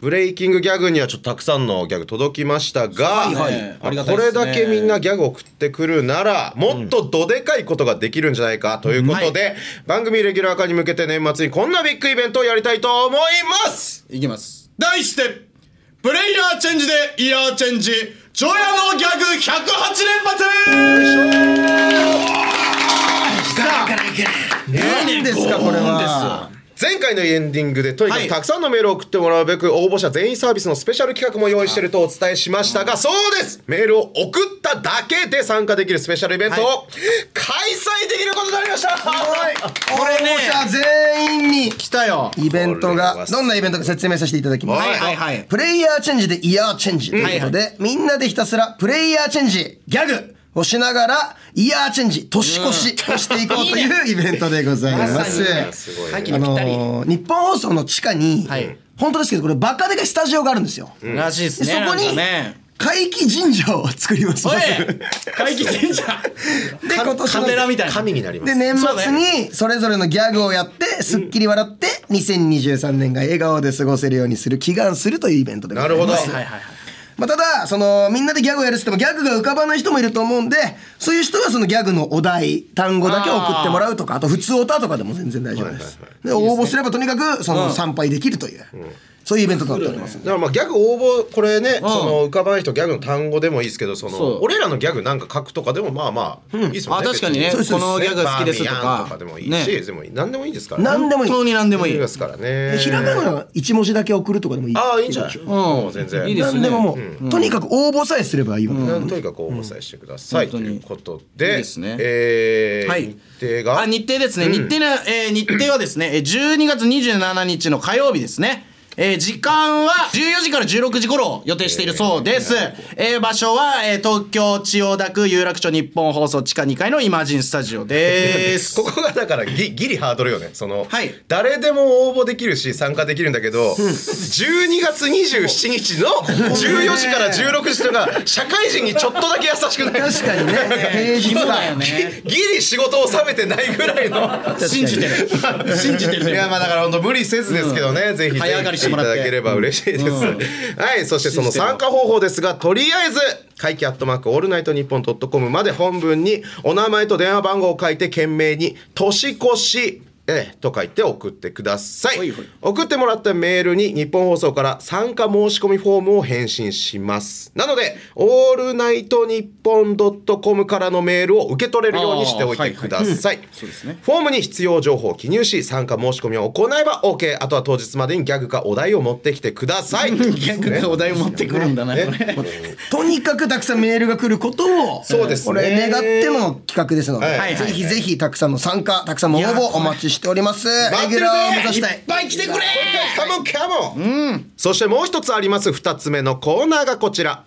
Speaker 1: ブレイキングギャグにはちょっとたくさんのギャグ届きましたが、
Speaker 3: はいありがたい
Speaker 1: こ
Speaker 3: です
Speaker 1: れ
Speaker 3: ね
Speaker 1: だけみんなギャグ送ってくるならもっとどでかいことができるんじゃないかということで、番組レギュラー化に向けて年末にこんなビッグイベントをやりたいと思います
Speaker 3: いきます題してプレイヤーチェンジでイヤーチェンジジョヤのギャグ108連発
Speaker 2: 何ですかこれは
Speaker 1: 前回のエンディングでとにか
Speaker 3: は
Speaker 1: く
Speaker 3: い
Speaker 1: たくさんのメールを送ってもらうべく応募者全員サービスのスペシャル企画も用意しているとお伝えしましたがそうですメールを送っただけで参加できるスペシャルイベントを開催できることになりました、
Speaker 2: これねじゃあ全員に
Speaker 3: 来たよ
Speaker 2: イベント
Speaker 1: これ
Speaker 2: が
Speaker 1: は
Speaker 2: どんなイベントか説明させていただきます
Speaker 1: はいはい
Speaker 3: はい
Speaker 2: プレイヤーチェンジでイヤーチェンジということでみんなでひたすらプレイヤーチェンジギャグをしながら、イヤーチェンジ、年越しをしていこうというイベントでございま
Speaker 3: まさ
Speaker 2: す
Speaker 3: に。
Speaker 1: すごいね
Speaker 3: 秋
Speaker 2: あ
Speaker 3: にぴったり、
Speaker 2: のー日本放送の地下に、
Speaker 3: はい
Speaker 2: 本当ですけどこれバカでかいスタジオがあるんですよ、
Speaker 3: らしいです
Speaker 2: で
Speaker 3: ね
Speaker 2: そこ
Speaker 3: なん
Speaker 2: に
Speaker 3: かね
Speaker 2: 怪奇神社を作ります
Speaker 3: おい
Speaker 2: で
Speaker 3: 怪奇神社
Speaker 2: 今年
Speaker 3: カメラみたいな
Speaker 1: 神になりま。
Speaker 2: です年末にそれぞれのギャグをやってすっきり笑って2023年が笑顔で過ごせるようにする祈願するというイベントでござ
Speaker 1: ないるほど。
Speaker 3: はいはいはい
Speaker 2: まあ、ただそのみんなでギャグをやるっつってもギャグが浮かばない人もいると思うんでそういう人はそのギャグのお題単語だけ送ってもらうとかあと普通歌とかでも全然大丈夫です、で応募すればとにかくその参拝できるという、そういうイベントとなっております、
Speaker 1: だからまあギャグ応募これね、その浮かばない人ギャグの単語でもいいですけどその
Speaker 3: そう
Speaker 1: 俺らのギャグなんか書くとかでもまあまあいいですもん
Speaker 3: あ
Speaker 1: ね、
Speaker 3: 確かにね
Speaker 1: 別
Speaker 3: このギャグ好きですとか
Speaker 1: バーミヤンとかでもいいし、
Speaker 3: ね
Speaker 1: でも何でもいいですから、
Speaker 2: 何でもい
Speaker 3: 本
Speaker 2: い
Speaker 3: 当に何でもいい
Speaker 1: ですからね
Speaker 2: ひらがな一文字だけ送るとかでもいい
Speaker 1: ああいいんじゃない、
Speaker 3: うん
Speaker 1: もう全然
Speaker 3: いいです
Speaker 2: 何
Speaker 3: ね
Speaker 2: でももう、とにかく応募さえすればいいわけ、
Speaker 1: うんとにかく応募さえしてください、
Speaker 3: 本当
Speaker 1: とい
Speaker 3: に
Speaker 1: うことで
Speaker 3: いいですね
Speaker 1: えー
Speaker 3: はい
Speaker 1: 日程が
Speaker 3: あ日程ですね、日程な、えー日程はですねえー12月27日の火曜日ですねえー時間は14時から16時頃を予定しているそうです。えー場所は、えー東京千代田区有楽町日本放送地下2階のイマジンスタジオです。
Speaker 1: ここがだからギギリハードルよねその、
Speaker 3: はい
Speaker 1: 誰でも応募できるし参加できるんだけど、12月27日の14時から16時とか社会人にちょっとだけ優しくない
Speaker 2: 確かにね平日
Speaker 3: そうだ
Speaker 2: は
Speaker 3: よね。
Speaker 1: *laughs* ギリ仕事を収めてないぐらいの
Speaker 3: 信じ
Speaker 1: *laughs*
Speaker 3: てる。信じてる。
Speaker 1: いやまあだから本当無理せずですけどね、ぜひ
Speaker 3: 早上がりしてもらって
Speaker 1: ぜひ来いただければ嬉しいです、はいそしてその参加方法ですがとりあえず会期アットマークオールナイトニッポンドットコムまで本文にお名前と電話番号を書いて懸命に「年越し」ええと書いて送ってください
Speaker 3: ほいほい
Speaker 1: 送ってもらったメールに日本放送から参加申し込みフォームを返信しますなので「オールナイトニッポンドットコムからのメールを受け取れるようにしておいてくださいフォームに必要情報を記入し参加申し込みを行えば OK あとは当日までにギャグかお題を持ってきてくださいギャグ
Speaker 3: お題持ってくるんだな、これ。
Speaker 2: とにかくたくさんメールが来ることを
Speaker 1: そうですね
Speaker 2: これ願っての企画ですので、
Speaker 1: はい
Speaker 2: ぜひぜひたくさんの参加たくさんの応募お待ちしております
Speaker 1: 待
Speaker 2: レ
Speaker 1: っ
Speaker 2: ギ
Speaker 1: てる
Speaker 2: ュ
Speaker 1: ぜ
Speaker 2: ラーを目指したい
Speaker 3: いっぱい来てくれ
Speaker 1: カモンカモン、そしてもう一つあります二つ目のコーナーがこちら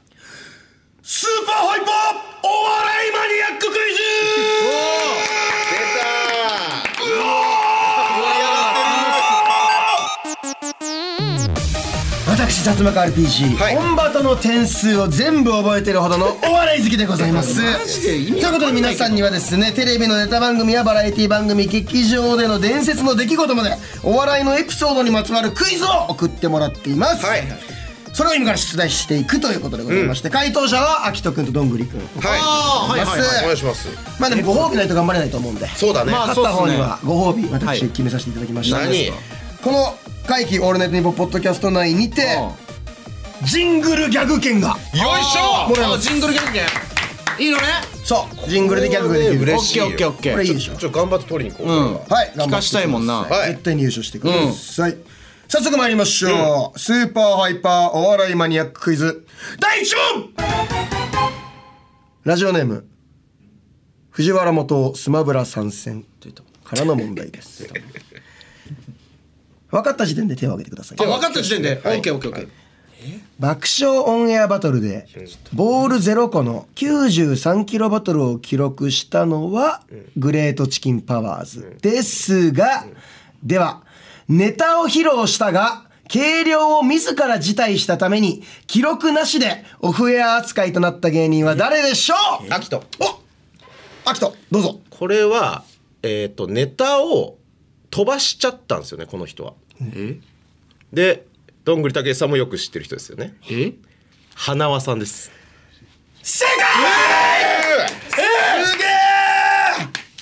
Speaker 2: スーパーハイパーお笑いマニアッククイ
Speaker 1: 出たー
Speaker 2: ズ私薩摩川 RPG、
Speaker 1: はい
Speaker 2: 本場との点数を全部覚えてるほどのお笑い好きでございますということで皆さんにはですねテレビのネタ番組やバラエティ番組劇場での伝説の出来事までお笑いのエピソードにまつわるクイズを送ってもらっています、
Speaker 1: はい
Speaker 2: それを今から出題していくということでございまして、回答者は秋人くんとどんぐりくん
Speaker 1: は
Speaker 2: はい
Speaker 1: い、
Speaker 2: はいはい
Speaker 1: お願いします
Speaker 2: まあでもご褒美ないと頑張れないと思うんで
Speaker 1: そうだね、
Speaker 3: まあ
Speaker 2: 勝った方にはご褒美私決めさせていただきました、
Speaker 1: 何
Speaker 2: この「会期オールナイトニッポン」ポッドキャスト内にてジングルギャグ券が
Speaker 1: よいしょ
Speaker 2: もらえます
Speaker 3: ジングルギャグねいいのね
Speaker 2: そうジングルでギャグができる
Speaker 1: これは
Speaker 3: オ
Speaker 1: 嬉
Speaker 3: ッ
Speaker 1: しい
Speaker 3: ケー
Speaker 1: よ
Speaker 3: オッケーオッケ
Speaker 2: これい
Speaker 3: ー
Speaker 2: いでしょ
Speaker 1: ちょっと頑張って取りに行こう、
Speaker 3: うん
Speaker 2: はい頑張って
Speaker 3: 聞かしたいもんな
Speaker 1: はい
Speaker 2: 絶対入手してください、早速参りましょう、スーパーハイパーお笑いマニアッククイズ第1問ラジオネーム藤原元スマブラ参戦からの問題です
Speaker 3: *laughs*
Speaker 2: 分かった時点で手を挙げてください
Speaker 3: あ分かった時点でオ
Speaker 1: はい
Speaker 3: ッケーオッケーオッケー
Speaker 2: 爆笑オンエアバトルでボール0個の93キロバトルを記録したのはグレートチキンパワーズですがではネタを披露したが計量を自ら辞退したために記録なしでオフエア扱いとなった芸人は誰でしょう
Speaker 1: アキト
Speaker 2: おアキトどうぞ
Speaker 1: これはえっ、とネタを飛ばしちゃったんですよねこの人は。でどんぐりたけしさんもよく知ってる人ですよね。
Speaker 3: え
Speaker 1: 花輪さんです。
Speaker 2: 正解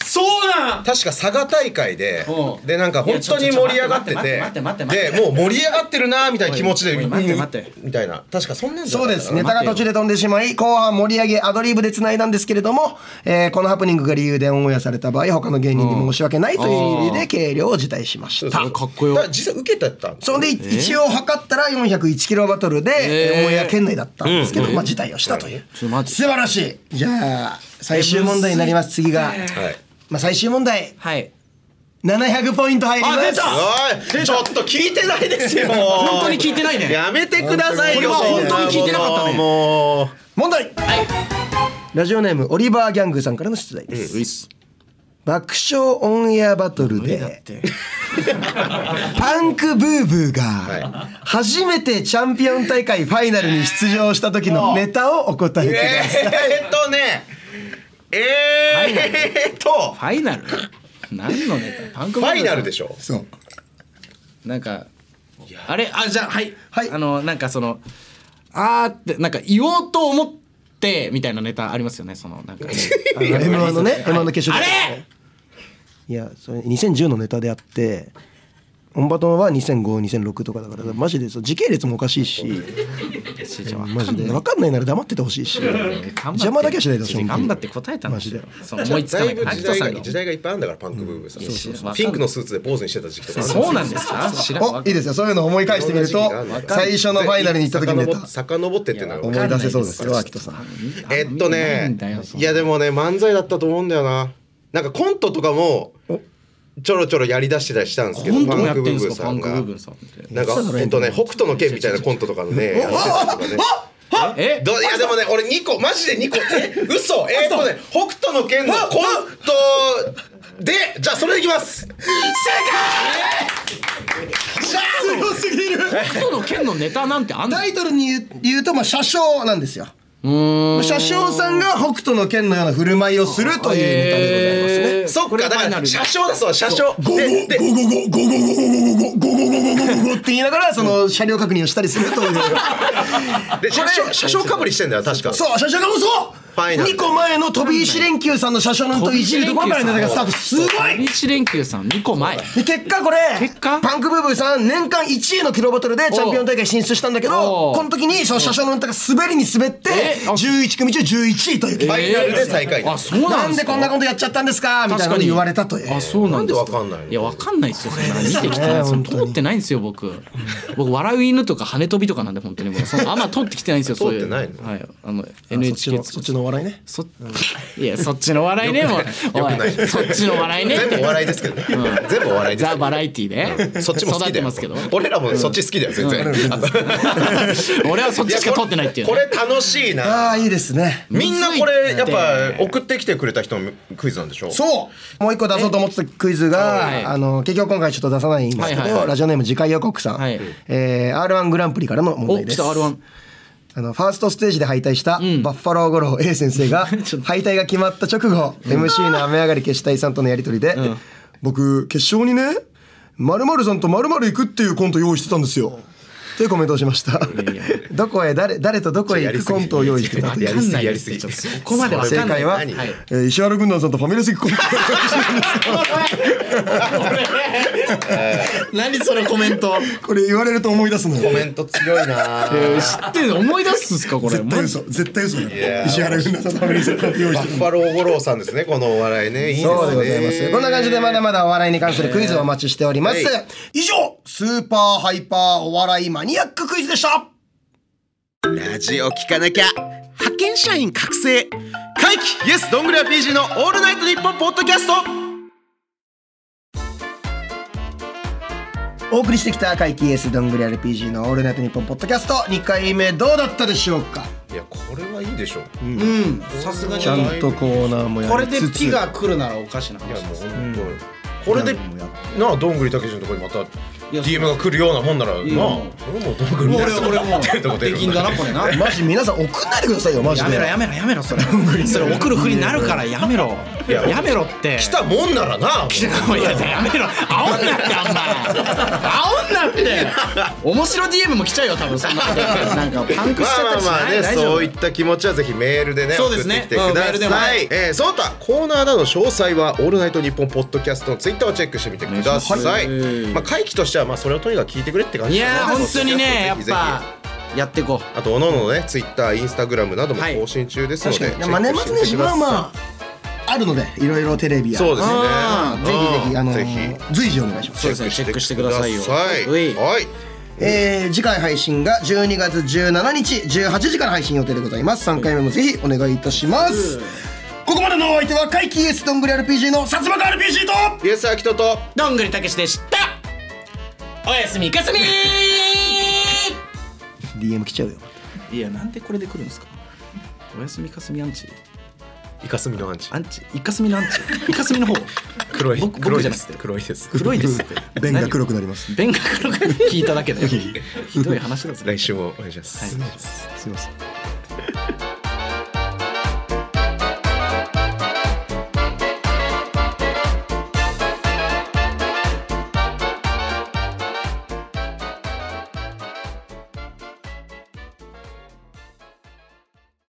Speaker 3: そうなん
Speaker 1: 確か佐賀大会で
Speaker 3: うん
Speaker 1: でなんか本当に盛り上がってて
Speaker 3: いやちょちょ待って待って待って待って
Speaker 1: でもう盛り上がってるなみたいな気持ちで
Speaker 3: おいおい待って待って
Speaker 1: みたいな確かそんなんじゃ
Speaker 2: そ
Speaker 1: なかっ
Speaker 2: う
Speaker 1: た
Speaker 2: で
Speaker 1: か
Speaker 2: す
Speaker 1: な
Speaker 2: ネタが途中で飛んでしまい後半盛り上げアドリブでつないだんですけれども、えーこのハプニングが理由でオンエアされた場合他の芸人に申し訳ないという意味で計量を辞退しました
Speaker 1: そうそう
Speaker 3: かっこよ
Speaker 1: だから実際受けてたんです
Speaker 2: それで一応測ったら401キロバトルで、えーオンエア圏内だったんですけど、まあ、辞退をしたという、
Speaker 3: ょマジ
Speaker 2: 素晴らしいじゃあ最終問題になります次が、
Speaker 1: はい
Speaker 2: まあ、最終問題
Speaker 3: はい
Speaker 2: 700ポイント入ります
Speaker 3: あ出た
Speaker 1: おいちょっと聞いてないですよ本
Speaker 3: 当に聞いてないね
Speaker 1: やめてくださいよ
Speaker 3: これは本当に聞いてなかった
Speaker 1: そ
Speaker 3: ね
Speaker 1: んなもう
Speaker 2: 問題、ラジオネームオリバーギャングさんからの出題です、
Speaker 5: ウィス
Speaker 2: 爆笑オンエアバトルでパンクブーブーが初めてチャンピオン大会ファイナルに出場した時のネタをお答えください
Speaker 1: えーっとねえーっと
Speaker 3: ファイナル *laughs* 何のネタパンク
Speaker 1: ファイナルでし
Speaker 3: ょ
Speaker 1: ょ
Speaker 2: そう
Speaker 3: なんかあれあじゃあはい、
Speaker 2: はい
Speaker 3: あのなんかそのあーってなんか言おうと思ってみたいなネタありますよねその *laughs* なんか
Speaker 2: あの M1 のね M1 の決
Speaker 3: あ
Speaker 2: 勝
Speaker 3: れ
Speaker 2: でいやそれ2010のネタであってオンバトンは20052006とかだからマジでそう時系列もおかしいしマジで分かんないなら黙っててほしいし邪魔だけはしないでほしい
Speaker 3: 頑張って答えたんですよ
Speaker 2: マジ
Speaker 3: その思いつ
Speaker 1: だ
Speaker 3: かないい
Speaker 1: ぶ
Speaker 3: ア
Speaker 1: 時
Speaker 3: キト
Speaker 1: 代
Speaker 3: さん
Speaker 1: が
Speaker 3: が
Speaker 1: 時代がいっぱいあるんだからパンクブーブーさん、
Speaker 3: いやそうそう
Speaker 1: ピンクのスーツでポーズにしてた時期とかあるんだよ
Speaker 3: *laughs* そうなんですか知らん
Speaker 2: おいいですよそういうのを思い返してみると最初のファイナルに行った時のネタ
Speaker 1: 遡ってっていうのが
Speaker 2: 思い出せそうですよ秋人さん
Speaker 1: えっと
Speaker 3: ない
Speaker 1: ね
Speaker 3: んだよそん
Speaker 1: い
Speaker 3: な
Speaker 1: やでもね漫才だったと思うんだよななんかコントとかもちょろちょろやりだしてたりしたんですけど
Speaker 3: コントもやって
Speaker 1: ブ
Speaker 3: ん
Speaker 1: ーブ
Speaker 3: す
Speaker 1: ー
Speaker 3: か
Speaker 1: さ
Speaker 3: パ
Speaker 1: ん
Speaker 3: ンク
Speaker 1: が
Speaker 3: ブーブーさんって
Speaker 1: なんかえっとね北斗の拳みたいなコントとかのねやってたりとかね
Speaker 3: え
Speaker 1: どいやでもね俺2個マジで2個え嘘えっとね北斗の拳のコントでじゃあそれでいきます
Speaker 2: すごすぎる
Speaker 3: 北斗の剣のネタなんてあんの
Speaker 2: タイトルに言う言うと、まあ、車掌なんですよ。車掌さんが北斗の剣のような振る舞いをするというネタでございますね。
Speaker 3: えー
Speaker 1: そっ
Speaker 3: これ
Speaker 1: か
Speaker 3: フ
Speaker 1: だ
Speaker 3: ァ
Speaker 1: か
Speaker 3: イナ
Speaker 1: ら
Speaker 3: ルに
Speaker 1: 車掌だそう車掌
Speaker 2: ゴ
Speaker 1: でで
Speaker 2: ゴゴゴゴゴゴゴゴゴゴゴゴゴゴゴゴって言いながらその車両確認をしたりするという。
Speaker 1: で車掌車掌かぶりしてんだよ確か
Speaker 2: そう車掌が嘘。
Speaker 1: ファイナル
Speaker 2: 2個前の飛び石連休さんの車掌のといじるところからネタがスタート。すごい。
Speaker 3: 日連休さん2個前
Speaker 2: で結果これ
Speaker 3: 結果
Speaker 2: パンクブーブーさん年間1位のキロバトルでチャンピオン大会進出したんだけ
Speaker 3: お
Speaker 2: ど
Speaker 3: う
Speaker 2: この時にその車掌のネタが滑りに滑って
Speaker 3: えあ
Speaker 2: 11組中11位という結
Speaker 1: フ
Speaker 2: 果
Speaker 1: ァイナルで最下位だ
Speaker 3: あそうな
Speaker 2: なんん
Speaker 3: です
Speaker 2: で
Speaker 3: か
Speaker 2: こんなことやっちゃったんですかみたいなこと言われたという。
Speaker 3: あそうなんです
Speaker 1: なんでわかんないの
Speaker 3: いやわかんないですよそんな見てきてないその通ってないんですよ僕僕笑う犬とか羽飛びとかなんで本当にもうそのあんま通ってきてないんですよそういう
Speaker 1: 通ってないの
Speaker 3: はいあの
Speaker 2: そっち
Speaker 3: NHK
Speaker 2: のそっちのお笑いね。
Speaker 3: そいやそっちの笑いねもうおいそっちの笑いね
Speaker 1: 全部お笑いですけどね全部お笑いです
Speaker 3: ザ・バラエティで
Speaker 1: そっちも好き
Speaker 3: 育っ
Speaker 1: だ
Speaker 3: て
Speaker 1: よ
Speaker 3: ますけど
Speaker 1: *laughs* 俺らもそっち好きだよ全然
Speaker 3: 俺はそっちしか通ってないっていうね
Speaker 1: これ楽しいな
Speaker 2: ああいいですね。
Speaker 1: みんなこれやっぱ送ってきてくれた人のクイズなんでしょ
Speaker 2: そうもう一個出そうと思ってたクイズが、
Speaker 3: い
Speaker 2: あの結局今回ちょっと出さないんですけど、
Speaker 3: はいはいはい
Speaker 2: ラジオネーム次回予告さん、
Speaker 3: はい
Speaker 2: えー、r 1グランプリからの問
Speaker 3: お
Speaker 2: 題で
Speaker 3: 来
Speaker 2: す
Speaker 3: た R1
Speaker 2: あのファーストステージで敗退したバッファロー五郎 A 先
Speaker 3: *laughs*
Speaker 2: 生が敗退が決まった直後、MC の雨上がり決死隊さんとのやり取りで、僕決勝にね〇〇さんと〇〇行くっていうコント用意してたんですよというコメントをしましたどこへ誰誰とどこへ行くコントを用意してたという
Speaker 1: やりすぎやりすぎ
Speaker 3: わかんないですねちょっとそこまでわかんない
Speaker 2: 正解は、
Speaker 1: 何
Speaker 2: えー石原軍団さんとファミレス行くコント
Speaker 3: 何そのコメント *laughs*
Speaker 2: これ言われると思い出すの
Speaker 1: コメント強いな
Speaker 3: 知ってる思い出すんすかこれ
Speaker 2: 絶対嘘絶対嘘だよ石原軍団さんのファミレス行く用意
Speaker 1: バ
Speaker 2: して
Speaker 1: ッ
Speaker 2: る
Speaker 1: ファロー五郎さんですねこのお笑いねいいですね
Speaker 2: そうでございます。こんな感じでまだまだお笑いに関するクイズをお待ちしております。
Speaker 1: はい
Speaker 2: 以上、スーパーハイパーお笑いマニアッククイズでした
Speaker 1: ラジオ聞かなきゃ派遣社員覚醒回帰イエスどんぐり RPG のオールナイトニッポンポッドキャスト
Speaker 2: お送りしてきた怪奇 ES どんぐり RPG のオールナイトニッポンポッドキャスト2回目どうだったでしょうか
Speaker 1: いやこれはいいでしょう
Speaker 6: うんさすがに
Speaker 2: ちゃんとコーナー
Speaker 6: こ
Speaker 2: もや
Speaker 6: れ
Speaker 2: り
Speaker 6: で
Speaker 2: つ
Speaker 6: 木
Speaker 2: つ
Speaker 6: が来るならおかしな話です
Speaker 1: 本当これでなあどんぐりたけしのところにまた
Speaker 6: いや
Speaker 1: DM が来るようなもんならなあ
Speaker 6: やも
Speaker 1: それもうどんぐり
Speaker 6: 俺
Speaker 1: たけし
Speaker 6: 俺も
Speaker 1: 出るとこ
Speaker 6: う
Speaker 1: 出
Speaker 6: で
Speaker 1: る
Speaker 6: きんだなこれな
Speaker 2: マジ皆さん送んないでくださいよマジ
Speaker 3: や
Speaker 2: で
Speaker 3: めろやめろやめろそれそれ送るふりになるからやめろ
Speaker 1: いや
Speaker 3: やめろって
Speaker 1: 来たもんならなあ
Speaker 3: いややめろ煽んなってあんま煽んなって面白 DM も来ちゃうよ多分そんなことやったらなんかパンクしちゃ
Speaker 1: まあ
Speaker 3: ったりし
Speaker 1: まあまあ
Speaker 3: ない
Speaker 1: ね
Speaker 3: 大丈夫
Speaker 1: そういった気持ちはぜひメールでね
Speaker 3: そうです
Speaker 1: 送
Speaker 3: ね
Speaker 1: ってきてくだ
Speaker 3: うんメールでも
Speaker 1: さい、えー、そうたコーナーなど詳細は「オールナイトニッポン」ポッドキャストのツイッターをチェックしてみてくださいまあ、会期としてはまあそれをとにかく聞いてくれって感
Speaker 3: い
Speaker 1: じですね
Speaker 3: やー本当にね
Speaker 1: ぜ
Speaker 3: やっ
Speaker 1: ひぜひ
Speaker 3: ぱやってこ
Speaker 1: あとおののねツイッターインスタグラムなども
Speaker 3: はい
Speaker 1: 更新中ですの
Speaker 2: 確
Speaker 1: で、
Speaker 2: かにまあ年末年始はまああるのでいろいろテレビや
Speaker 1: そうですね
Speaker 2: ぜひぜひあの
Speaker 1: ぜ
Speaker 2: 随時お願いします
Speaker 3: うそうですねチェックしてくださいよ
Speaker 1: はい、
Speaker 3: うい
Speaker 1: はい
Speaker 2: えー次回配信が12月17日18時から配信予定でございます3回目もぜひお願いいたします、ここまでのお相手は怪奇 ES どんぐり RPG の薩摩川 RPG と
Speaker 1: イエスアキトと
Speaker 3: どんぐりたけしでしたおやすみかすみ
Speaker 2: DM 来ちゃうよ
Speaker 3: いやなんでこれで来るんですかおやすみかすみアンチ
Speaker 1: イカスミのアンチ
Speaker 3: アンチイカスミのアンチイカスミの方
Speaker 1: 黒い
Speaker 3: 僕
Speaker 1: 黒
Speaker 3: 僕
Speaker 1: い
Speaker 3: じゃ
Speaker 1: で
Speaker 3: なく
Speaker 1: す
Speaker 3: て
Speaker 1: 黒いです
Speaker 3: 黒いですって
Speaker 5: 便が
Speaker 3: 何
Speaker 5: 黒くなります
Speaker 3: 弁が黒く聞 *laughs* いただけだよひどい話だぞ
Speaker 1: 来週もお願いします、
Speaker 3: はい
Speaker 5: すいません